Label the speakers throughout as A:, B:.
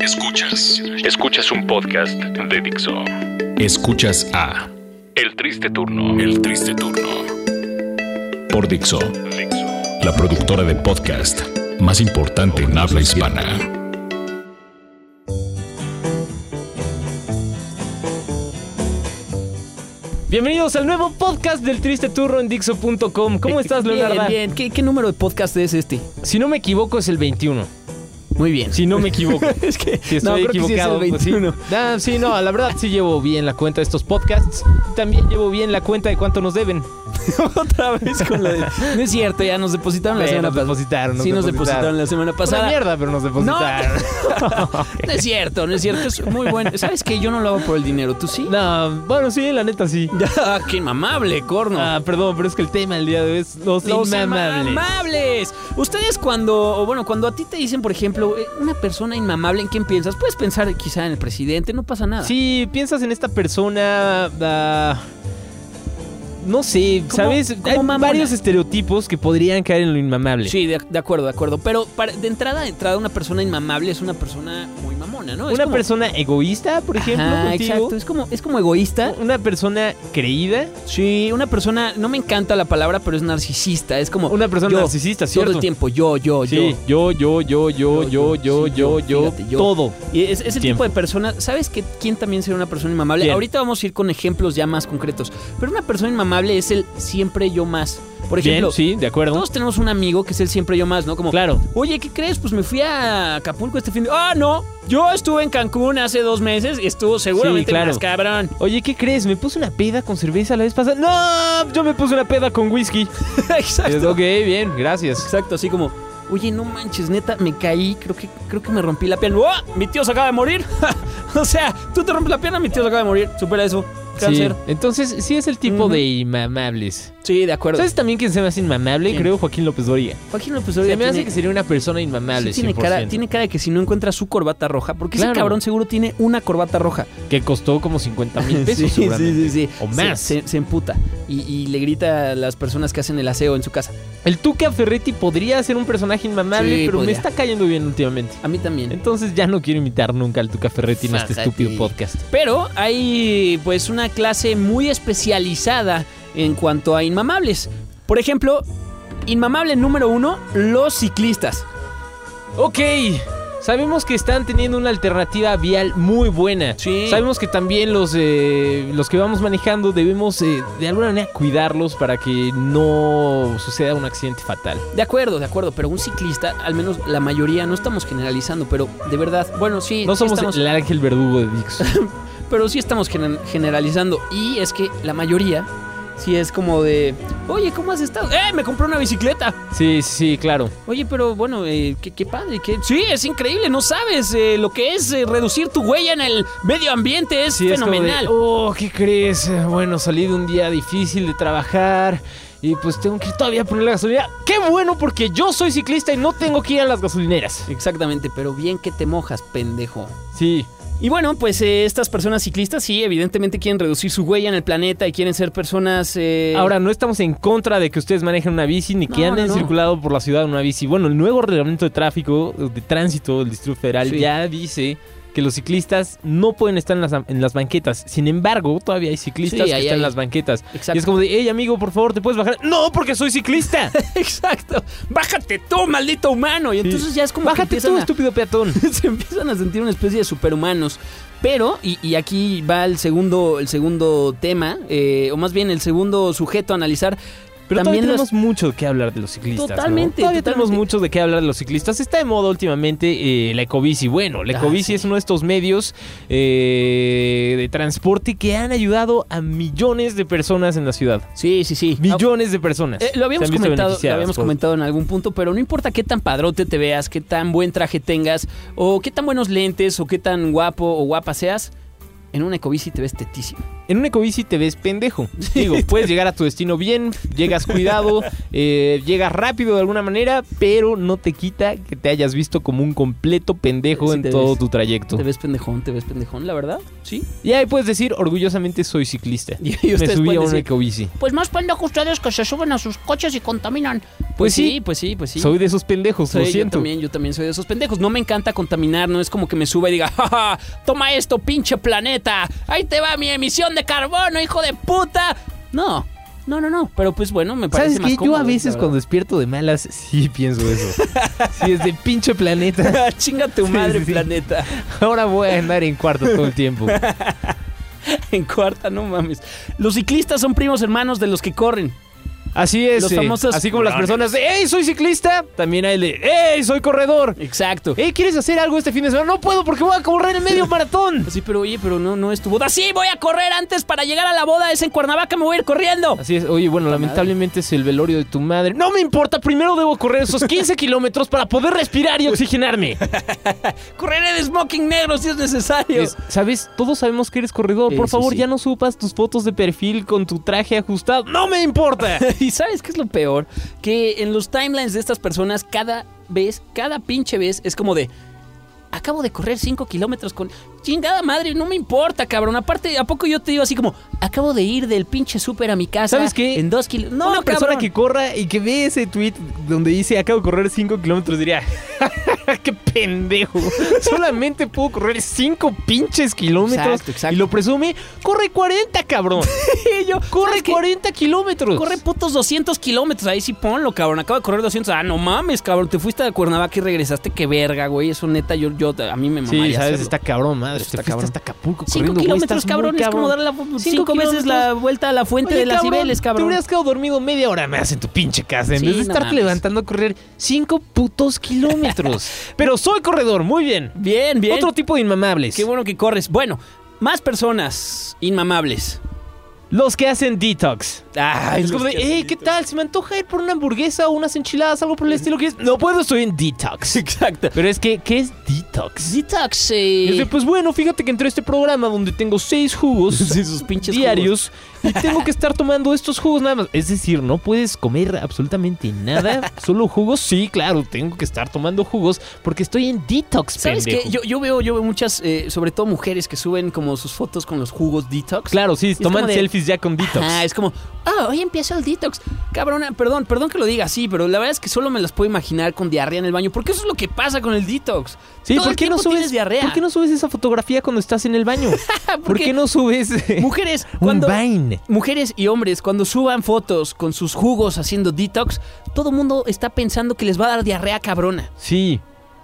A: Escuchas, escuchas un podcast de Dixo. Escuchas a El Triste Turno, El Triste Turno. Por Dixo, la productora de podcast más importante en habla hispana.
B: Bienvenidos al nuevo podcast del Triste Turro en Dixo.com. ¿Cómo estás, Leonardo?
C: Bien, bien. ¿Qué, qué número de podcast es este?
B: Si no me equivoco, es el 21.
C: Muy bien.
B: Si no me equivoco.
C: es que
B: Si estoy
C: creo que sí es
B: equivocado.
C: el
B: pues sí.
C: 21.
B: Ah, sí, no, la verdad sí llevo bien la cuenta de estos podcasts. También llevo bien la cuenta de cuánto nos deben.
C: Otra vez con la de... No es cierto, ya nos depositaron la
B: Pero
C: semana
B: nos
C: pasada.
B: depositaron.
C: Sí, nos depositaron la semana
B: Una
C: pasada.
B: mierda, pero nos depositaron.
C: No es cierto, no es cierto. Es muy bueno. ¿Sabes qué? Yo no lo hago por el dinero. ¿Tú sí?
B: No. bueno, sí, la neta sí.
C: Ah, ¡Qué mamable, corno!
B: Ah, perdón, pero es que el tema del día de hoy es los,
C: Los
B: inmamables.
C: inmamables. Ustedes cuando, o bueno, cuando a ti te dicen, por ejemplo, eh, una persona inmamable, ¿en quién piensas? Puedes pensar quizá en el presidente, no pasa nada.
B: Si piensas en esta persona, ah, no sé,
C: Como-
B: ¿sabes?
C: como
B: Hay
C: mamona.
B: varios estereotipos que podrían caer en lo inmamable.
C: Sí, de, de acuerdo, de acuerdo. Pero para- de entrada, de entrada, una persona inmamable es una persona muy mamona, ¿no? Es
B: Una
C: como-
B: persona egoísta, por ejemplo,
C: Ajá,
B: contigo.
C: exacto. Es como, es como egoísta.
B: Una persona creída.
C: Sí, una persona, no me encanta la palabra, pero es narcisista. Es como
B: Una persona
C: Oh, yo,
B: narcisista,
C: todo
B: ¿cierto?
C: el tiempo, yo, yo,
B: Sí,
C: yo.
B: yo, yo, yo, yo, yo,
C: Yo,
B: yo,
C: yo,
B: yo,
C: sí,
B: yo,
C: yo, fíjate, yo.
B: todo.
C: Y es, es el
B: Tiempo.
C: tipo de persona. ¿Sabes qué? quién también sería una persona inmamable?
B: ¿Quién?
C: Ahorita vamos a ir con ejemplos ya más concretos. Pero una persona inmamable es el siempre yo más. Por ejemplo,
B: Bien, sí, de acuerdo.
C: todos tenemos un amigo que es el siempre yo más, ¿no? Como,
B: Claro.
C: oye, ¿qué crees? Pues me fui a Acapulco este fin de. ¡Ah, no! Yo estuve en Cancún hace dos meses y estuvo seguramente
B: claro.
C: más cabrón.
B: Oye, ¿qué crees? ¿Me puse una peda con cerveza la vez pasada? ¡No! Yo me puse una peda con whisky.
C: Exacto.
B: Es, ok, bien, gracias.
C: Exacto, así como, oye, no manches, neta, me caí, creo que, creo que me rompí la pierna. ¡Oh! Mi tío se acaba de morir. o sea, tú te rompes la pierna, mi tío se acaba de morir. Supera eso. Cáncer.
B: Sí. Entonces, sí es el tipo
C: Ujú.
B: de inmamables.
C: Sí, de acuerdo.
B: ¿Sabes también quién se me hace inmamable?
C: ¿Quién?
B: Creo Joaquín López Doria.
C: Joaquín López
B: Se
C: Dóriga
B: me hace
C: tiene-
B: que sería una persona inmamable.
C: sí tiene, cara,
B: 100%.
C: tiene cara de que si no encuentra su corbata roja, porque
B: Claro.
C: ese cabrón seguro tiene una corbata roja.
B: Que costó como 50 mil pesos,
C: sí,
B: seguramente.
C: sí, sí, sí.
B: O más.
C: Se, se- se emputa y, y le grita a las personas que hacen el aseo en su casa.
B: El Tuca Ferretti podría ser un personaje inmamable,
C: Sí,
B: pero me
C: podría.
B: está cayendo bien últimamente.
C: A mí también.
B: Entonces ya no quiero imitar nunca al Tuca Ferretti en este
C: Ferretti.
B: estúpido podcast.
C: Pero hay pues una clase muy especializada en cuanto a inmamables. Por ejemplo, inmamable número uno, los ciclistas.
B: Ok. Sabemos que están teniendo una alternativa vial muy buena.
C: Sí.
B: Sabemos que también los, eh, los que vamos manejando debemos eh, de alguna manera cuidarlos para que no suceda un accidente fatal.
C: De acuerdo, de acuerdo, pero un ciclista, al menos la mayoría, no estamos generalizando, pero de verdad, bueno, sí,
B: No
C: sí
B: somos
C: estamos,
B: el ángel verdugo de Dix.
C: pero sí estamos gener- generalizando. Y es que la mayoría sí es como de, oye, ¿cómo has estado? ¡Eh, me compré una bicicleta!
B: sí, sí, sí, claro.
C: Oye, pero bueno, eh, qué, qué padre, qué... Sí, es increíble, no sabes eh, lo que es eh, reducir tu huella en el medio ambiente, es
B: Sí, es como de,
C: fenomenal.
B: oh, ¿qué crees? Bueno, salí de un día difícil de trabajar y pues tengo que ir todavía a poner la gasolina. ¡Qué bueno! Porque yo soy ciclista y no tengo que ir a las gasolineras.
C: Exactamente, pero bien que te mojas, pendejo.
B: Sí.
C: Y bueno, pues eh, estas personas ciclistas sí, evidentemente quieren reducir su huella en el planeta y quieren ser personas... eh,
B: Ahora, no estamos en contra de que ustedes manejen una bici ni que
C: No,
B: anden
C: no, no.
B: circulado por la ciudad en una bici. Bueno, el nuevo reglamento de tráfico, de tránsito del Distrito Federal
C: Sí.
B: ya dice que los ciclistas no pueden estar en las, en las banquetas. Sin embargo, todavía hay ciclistas
C: Sí,
B: que
C: ahí
B: están en
C: hay.
B: las banquetas. Y
C: Exacto.
B: es como de, hey amigo, por favor, ¿te puedes bajar? No, porque soy ciclista.
C: Exacto. Bájate tú, maldito humano. Y entonces ya es como... que
B: Bájate
C: empiezan
B: tú,
C: a-
B: estúpido peatón.
C: se empiezan a sentir una especie de superhumanos. Pero, y, y aquí va el segundo, el segundo tema, eh, o más bien el segundo sujeto a analizar.
B: Pero también
C: también las-
B: tenemos mucho que hablar de los ciclistas. ¿no?
C: Totalmente,
B: Todavía tenemos
C: totalmente.
B: mucho de qué hablar de los ciclistas. Está de moda últimamente eh, la ecobici. Bueno, la
C: Ah,
B: ecobici
C: sí.
B: es uno de estos medios eh, de transporte que han ayudado a millones de personas en la ciudad.
C: Sí, sí, sí.
B: Millones de personas.
C: Ah, Eh, lo habíamos,
B: se han visto
C: comentado, lo
B: beneficiadas
C: habíamos
B: por-
C: comentado en algún punto, pero no importa qué tan padrote te veas, qué tan buen traje tengas, o qué tan buenos lentes, o qué tan guapo o guapa seas, en una ecobici te ves tetísimo.
B: En un ecobici te ves pendejo. Digo, puedes llegar a tu destino bien, llegas cuidado, eh, llegas rápido de alguna manera, pero no te quita que te hayas visto como un completo pendejo
C: Sí
B: en
C: te
B: todo
C: ves.
B: tu trayecto.
C: Te ves pendejón, te ves pendejón, la verdad. Sí.
B: Y ahí puedes decir, orgullosamente soy ciclista.
C: Y- y
B: Me
C: ustedes
B: subí a
C: pueden
B: una
C: decir,
B: ecobici.
C: Pues más pendejos ustedes que se suben a sus coches y contaminan. Pues sí, pues sí, pues sí.
B: Soy de esos pendejos,
C: Soy-
B: lo
C: yo
B: siento.
C: también, yo también soy de esos pendejos. No me encanta contaminar, no es como que me suba y diga, "Ja, ja, toma esto, pinche planeta. Ahí te va mi emisión de carbono, hijo de puta. No, no, no, no. Pero pues bueno, me parece
B: ¿Sabes
C: más
B: qué? Yo
C: cómodo,
B: a veces
C: la
B: cuando despierto de malas, sí pienso eso. sí, es de pinche planeta.
C: verdad. Chinga tu
B: Sí,
C: madre,
B: sí, sí.
C: planeta.
B: Ahora voy a andar en cuarto todo el tiempo.
C: En cuarta, no mames. Los ciclistas son primos hermanos de los que corren.
B: Así es.
C: Los
B: eh,
C: famosos
B: así como las
C: runners.
B: personas de, hey, soy ciclista. También hay de, hey, soy corredor.
C: Exacto.
B: Hey, ¿quieres hacer algo este fin de semana? No puedo porque voy a correr el medio maratón.
C: Sí, pero oye, pero no, no es tu boda. Sí, voy a correr antes para llegar a la boda. Es en Cuernavaca, me voy a ir corriendo.
B: Así es, oye, bueno, lamentablemente es el velorio de tu madre. No me importa, primero debo correr esos 15 kilómetros para poder respirar y oxigenarme.
C: Correré de smoking negro si es necesario.
B: Es- ¿Sabes? Todos sabemos que eres corredor.
C: Sí,
B: Por
C: sí,
B: favor,
C: sí.
B: ya no subas tus fotos de perfil con tu traje ajustado. ¡No me importa!
C: ¿Y sabes qué es lo peor? Que en los timelines de estas personas, cada vez, cada pinche vez, es como de. Acabo de correr 5 kilómetros con. Chingada madre, no me importa, cabrón. Aparte, ¿a poco yo te digo así como. Acabo de ir del pinche súper a mi casa.
B: ¿Sabes qué?
C: En 2 kilómetros. No,
B: Una persona
C: cabrón.
B: que corra y que ve ese tweet donde dice acabo de correr 5 kilómetros diría, ¡qué pendejo! Solamente puedo correr 5 pinches kilómetros
C: Exacto, exacto.
B: y lo presume, ¡corre 40, cabrón! ¡Corre
C: ¿sabes qué?
B: 40 kilómetros!
C: Corre putos 200 kilómetros, ahí sí ponlo, cabrón. Acabo de correr 200. Ah, no mames, cabrón. Te fuiste a Cuernavaca y regresaste, qué verga, güey. Eso neta, yo, yo a mí me mamaría
B: Sí, sabes,
C: hacerlo.
B: está cabrón, madre.
C: Está
B: Te fuiste
C: cabrón.
B: hasta Acapulco corriendo,
C: 5
B: güey,
C: kilómetros,
B: estás muy
C: cabrón, es como dar la, cinco,
B: Cinco
C: veces la vuelta a la fuente
B: Oye,
C: de las Cibeles, cabrón.
B: Te hubieras quedado dormido media hora más en tu pinche casa en
C: Sí,
B: vez de
C: no
B: estar
C: mames.
B: levantando a correr 5 putos kilómetros. Pero soy corredor, muy bien.
C: Bien, bien.
B: Otro tipo de inmamables.
C: Qué bueno que corres. Bueno, más personas inmamables.
B: Los que hacen detox.
C: Ay,
B: es como de,
C: los que
B: hey,
C: hacen
B: ¿qué
C: detox".
B: tal? Si me antoja ir por una hamburguesa o unas enchiladas, algo por el estilo que es. No puedo, estoy en detox.
C: Exacto.
B: Pero es que, ¿qué es detox?
C: Detox.
B: Y es de, pues bueno, fíjate que entré a este programa donde tengo seis jugos
C: sus pinches
B: diarios y tengo que estar tomando estos jugos nada más. Es decir, no puedes comer absolutamente nada, solo jugos. Sí, claro, tengo que estar tomando jugos porque estoy en detox,
C: ¿Sabes
B: pendejo.
C: qué? Yo, yo veo, yo veo muchas, eh, sobre todo mujeres que suben como sus fotos con los jugos detox.
B: Claro, sí,
C: como
B: toman
C: de-
B: selfies ya con detox.
C: Ah, es como, ah, hoy empieza el detox. Cabrona, perdón, perdón que lo diga así, pero la verdad es que solo me las puedo imaginar con diarrea en el baño, porque eso es lo que pasa con el detox.
B: Sí,
C: Todo
B: ¿por
C: el
B: qué, no
C: tiempo
B: subes,
C: tienes diarrea?
B: ¿por qué no subes esa fotografía cuando estás en el baño? ¿Por
C: Ah,
B: qué
C: porque
B: no subes eh?
C: Mujeres,
B: un
C: cuando,
B: Vine?
C: mujeres y hombres, cuando suban fotos con sus jugos haciendo detox, todo mundo está pensando que les va a dar diarrea cabrona.
B: Sí.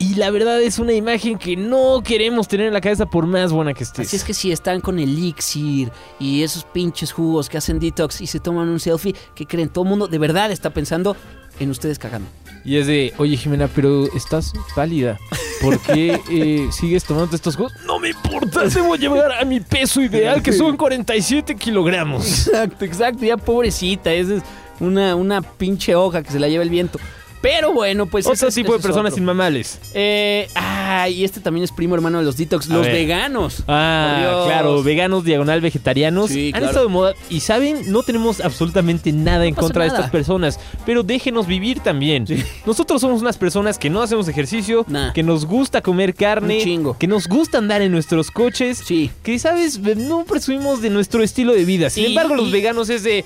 B: Y la verdad es una imagen que no queremos tener en la cabeza por más buena que estés.
C: Así es que si están con elixir y esos pinches jugos que hacen detox y se toman un selfie, ¿qué creen? Todo el mundo de verdad está pensando en ustedes cagando.
B: Y es de, oye Jimena, pero estás pálida. ¿Por qué eh, sigues tomando estos jugos? No me importa, debo llegar a mi peso ideal, que son 47 kilogramos.
C: Exacto, exacto, ya pobrecita, esa es una, una pinche hoja que se la lleva el viento. Pero bueno, pues... ese
B: Otro
C: es-
B: tipo de
C: ese es
B: personas
C: otro.
B: inmamables.
C: Eh, ah, y este también es primo hermano de los detox,
B: A
C: los
B: ver.
C: veganos.
B: Ah,
C: Por Dios.
B: claro, veganos, diagonal, vegetarianos.
C: Sí,
B: han
C: claro.
B: estado de moda y saben, no tenemos absolutamente nada en
C: pasa
B: contra de
C: nada.
B: estas personas, pero déjenos vivir también. Nosotros somos unas personas que no hacemos ejercicio,
C: Nah.
B: que nos gusta comer carne,
C: Un chingo.
B: que nos gusta andar en nuestros coches.
C: Sí.
B: que sabes, no presumimos de nuestro estilo de vida. Sin
C: Y-
B: embargo, los
C: y-
B: veganos es de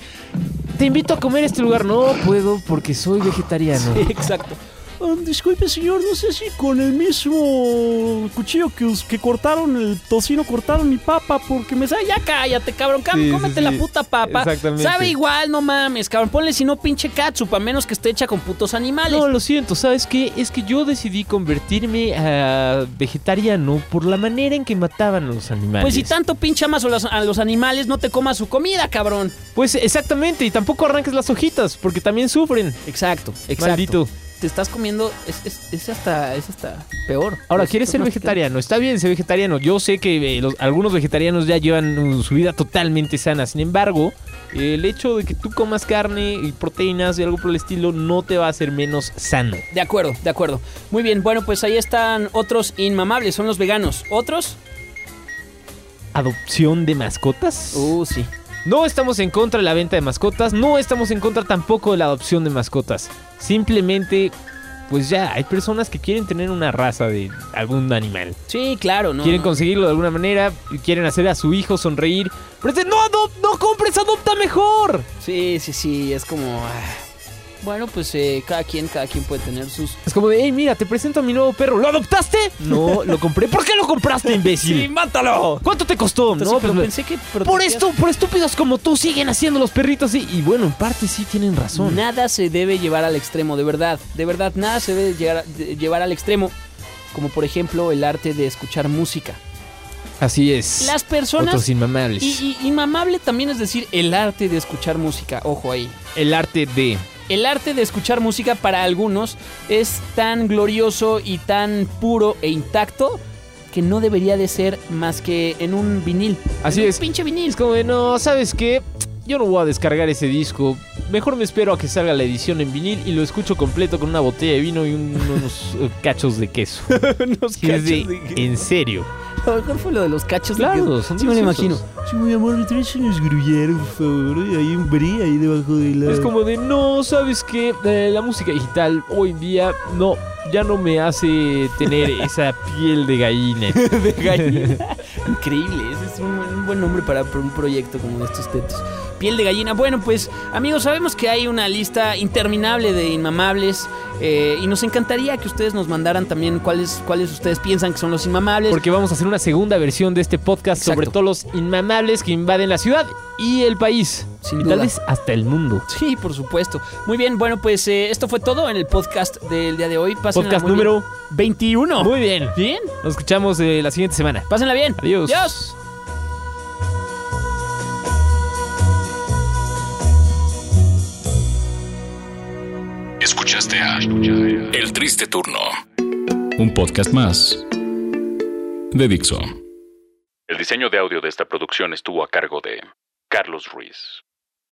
B: te invito a comer a este lugar. No puedo porque soy vegetariano.
C: Sí, exacto. Ah,
D: Um, disculpe, señor, no sé si con el mismo cuchillo que, us- que cortaron el tocino, cortaron mi papa, porque me sale
C: Ya cállate, cabrón. cam-
B: Sí, sí,
C: cómete
B: sí.
C: la puta papa.
B: Exactamente.
C: Sabe igual, no mames, cabrón. Ponle si no pinche catsup, a menos que esté hecha con putos animales.
B: No, lo siento, ¿sabes qué? Es que yo decidí convertirme a vegetariano por la manera en que mataban a los animales.
C: pues si tanto pinche amas a los, a los animales, no te comas su comida, cabrón.
B: Pues exactamente, y tampoco arranques las hojitas porque también sufren.
C: Exacto, exacto.
B: Maldito.
C: Te estás comiendo. Es, es- es hasta, es hasta peor.
B: Ahora,
C: Es-
B: ¿quieres
C: es
B: ser
C: más
B: vegetariano? Está bien ser vegetariano. Yo sé que eh, los- algunos vegetarianos ya llevan uh, su vida totalmente sana. Sin embargo, eh, el hecho de que tú comas carne y proteínas y algo por el estilo no te va a hacer menos sano.
C: que- De acuerdo, de acuerdo. Muy bien, bueno, pues ahí están otros inmamables, son los veganos. ¿Otros?
B: ¿Adopción de mascotas?
C: sí.
B: No estamos en contra de la venta de mascotas. No estamos en contra tampoco de la adopción de mascotas. Simplemente, pues ya, hay personas que quieren tener una raza de algún animal.
C: Sí, claro, ¿no?
B: quieren
C: no.
B: conseguirlo de alguna manera, y quieren hacer a su hijo sonreír. Pero es de, no, adop- no compres, adopta mejor.
C: Sí, sí, sí, es como. ah. Bueno, pues eh, cada quien, cada quien puede tener sus...
B: Es como de, hey, mira, te presento a mi nuevo perro. ¿Lo adoptaste? No, lo compré. ¿Por qué lo compraste, imbécil?
C: mátalo!
B: ¿Cuánto te costó?
C: Entonces,
B: no,
C: pero
B: pues,
C: pensé que...
B: por
C: protegías-
B: esto, por estúpidos como tú, siguen haciendo los perritos y, y bueno, en parte sí tienen razón.
C: Nada se debe llevar al extremo, de verdad. De verdad, nada se debe llegar- de- llevar al extremo. Como por ejemplo el arte de escuchar música.
B: Así es.
C: Las personas...
B: Otros inmamables.
C: Y, y inmamable también es decir el arte de escuchar música. Ojo ahí.
B: El arte de.
C: El arte de escuchar música para algunos es tan glorioso y tan puro e intacto que no debería de ser más que en un vinil.
B: Así
C: En un
B: es.
C: pinche vinil.
B: Es como de, no, ¿sabes qué? Yo no voy a descargar ese disco. Mejor me espero a que salga la edición en vinil y lo escucho completo con una botella de vino y un- unos eh, cachos de queso.
C: Unos
B: Y es de,
C: cachos de-
B: en serio.
C: Lo mejor fue lo de los cachos. de
B: Claro,
C: queso.
B: son
C: Sí me lo
B: deliciosos.
C: imagino.
D: Sí, mi amor, me traes unos gruyere, por favor. Hay un brie ahí debajo de la...
B: Es como de, no, ¿sabes qué? Eh, la música digital hoy en día, no, ya no me hace tener esa piel de gallina.
C: de gallina. Increíble, ese es un, un buen nombre para, para un proyecto como estos tetos. Piel de gallina. Bueno, pues amigos, sabemos que hay una lista interminable de inmamables eh, y nos encantaría que ustedes nos mandaran también cuáles, cuáles ustedes piensan que son los inmamables.
B: Porque vamos a hacer una segunda versión de este podcast
C: Exacto.
B: sobre todos los inmamables que invaden la ciudad y el país.
C: Sin
B: y
C: duda.
B: tal vez hasta el mundo.
C: Sí, por supuesto. Muy bien, bueno, pues eh, esto fue todo en el podcast del día de hoy. Pásenla
B: podcast
C: muy bien.
B: número
C: 21.
B: Muy bien.
C: bien.
B: Nos escuchamos eh, la siguiente semana.
C: Pásenla bien.
B: Adiós.
C: Adiós.
A: Escuchaste a El Triste Turno. Un podcast más de Dixo. El diseño de audio de esta producción estuvo a cargo de Carlos Ruiz.